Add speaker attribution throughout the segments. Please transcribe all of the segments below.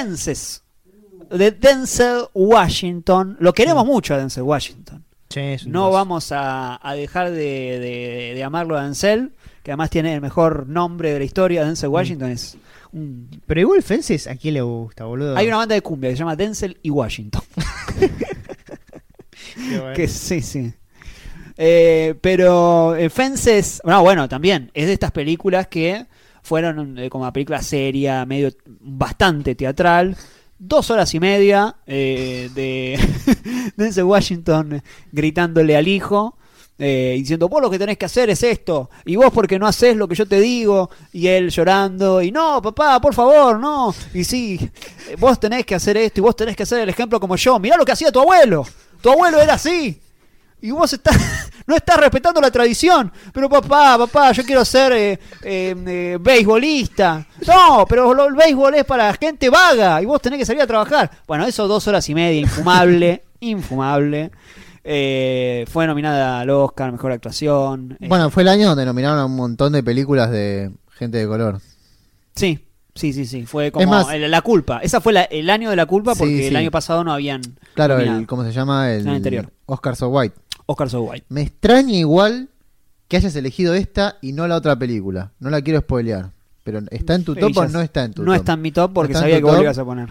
Speaker 1: Fences de Denzel Washington. Lo queremos mucho a Denzel Washington.
Speaker 2: Sí, es un
Speaker 1: No
Speaker 2: dos.
Speaker 1: vamos a, a dejar de, de- de amarlo a Denzel, que además tiene el mejor nombre de la historia. Denzel Washington es un
Speaker 2: Pero igual Fences, ¿a quién le gusta, boludo?
Speaker 1: Hay una banda de cumbia que se llama Denzel y Washington.
Speaker 2: Qué bueno.
Speaker 1: Que sí, sí. Eh, pero eh, Fences, bueno, bueno, también es de estas películas que fueron eh, como una película seria, medio bastante teatral. Dos horas y media eh, de Denzel Washington gritándole al hijo. eh, diciendo, vos lo que tenés que hacer es esto, y vos porque no haces lo que yo te digo, y él llorando, y no, papá, por favor, no, y sí, eh, vos tenés que hacer esto, y vos tenés que hacer el ejemplo como yo, mirá lo que hacía tu abuelo, tu abuelo era así, y vos estás, no estás respetando la tradición, pero papá, papá, yo quiero ser eh, eh, eh, beisbolista, no, pero lo- el béisbol es para gente vaga, y vos tenés que salir a trabajar. Bueno, eso dos horas y media, infumable, infumable. Eh, fue nominada al Oscar, mejor actuación. Eh,
Speaker 3: Bueno, fue el año donde nominaron a un montón de películas de gente de color.
Speaker 1: Sí, sí, sí, sí. Fue como
Speaker 3: Es más-
Speaker 1: el- la culpa. Esa fue la- el año de la culpa
Speaker 3: Sí,
Speaker 1: porque
Speaker 3: sí.
Speaker 1: el año pasado no habían
Speaker 3: Claro,
Speaker 1: nominado.
Speaker 3: el, ¿cómo se llama? El
Speaker 1: El anterior.
Speaker 3: Oscar So White.
Speaker 1: Oscar So White.
Speaker 3: Me extraña igual que hayas elegido esta y no la otra película. No la quiero spoilear. Pero ¿está en tu
Speaker 1: Sí,
Speaker 3: top
Speaker 1: ya
Speaker 3: o
Speaker 1: sé.
Speaker 3: no está en tu
Speaker 1: No
Speaker 3: top?
Speaker 1: está en mi top porque
Speaker 3: ¿Está en
Speaker 1: sabía
Speaker 3: tu
Speaker 1: que vos
Speaker 3: top?
Speaker 1: le ibas a poner.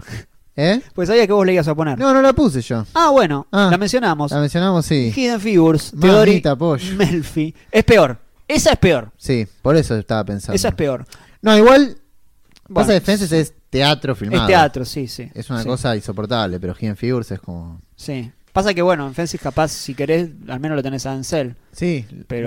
Speaker 3: ¿Eh?
Speaker 1: Pues sabía que vos le ibas a poner.
Speaker 3: No, no la puse yo.
Speaker 1: Ah, bueno,
Speaker 3: Ah,
Speaker 1: la mencionamos.
Speaker 3: La mencionamos, sí.
Speaker 1: Hidden Figures,
Speaker 3: Mamita,
Speaker 1: Theory,
Speaker 3: pollo.
Speaker 1: Melfi. Es peor. Esa es peor.
Speaker 3: Sí, por eso estaba pensando.
Speaker 1: Esa es peor.
Speaker 3: No, igual.
Speaker 1: Bueno,
Speaker 3: Pasa de Fences es teatro filmado.
Speaker 1: Es teatro, sí, sí.
Speaker 3: Es una
Speaker 1: Sí,
Speaker 3: cosa insoportable, pero Hidden Figures es como.
Speaker 1: Sí. Pasa que, bueno, en Fences capaz, si querés, al menos lo tenés a Ansel.
Speaker 3: Sí,
Speaker 1: Pero-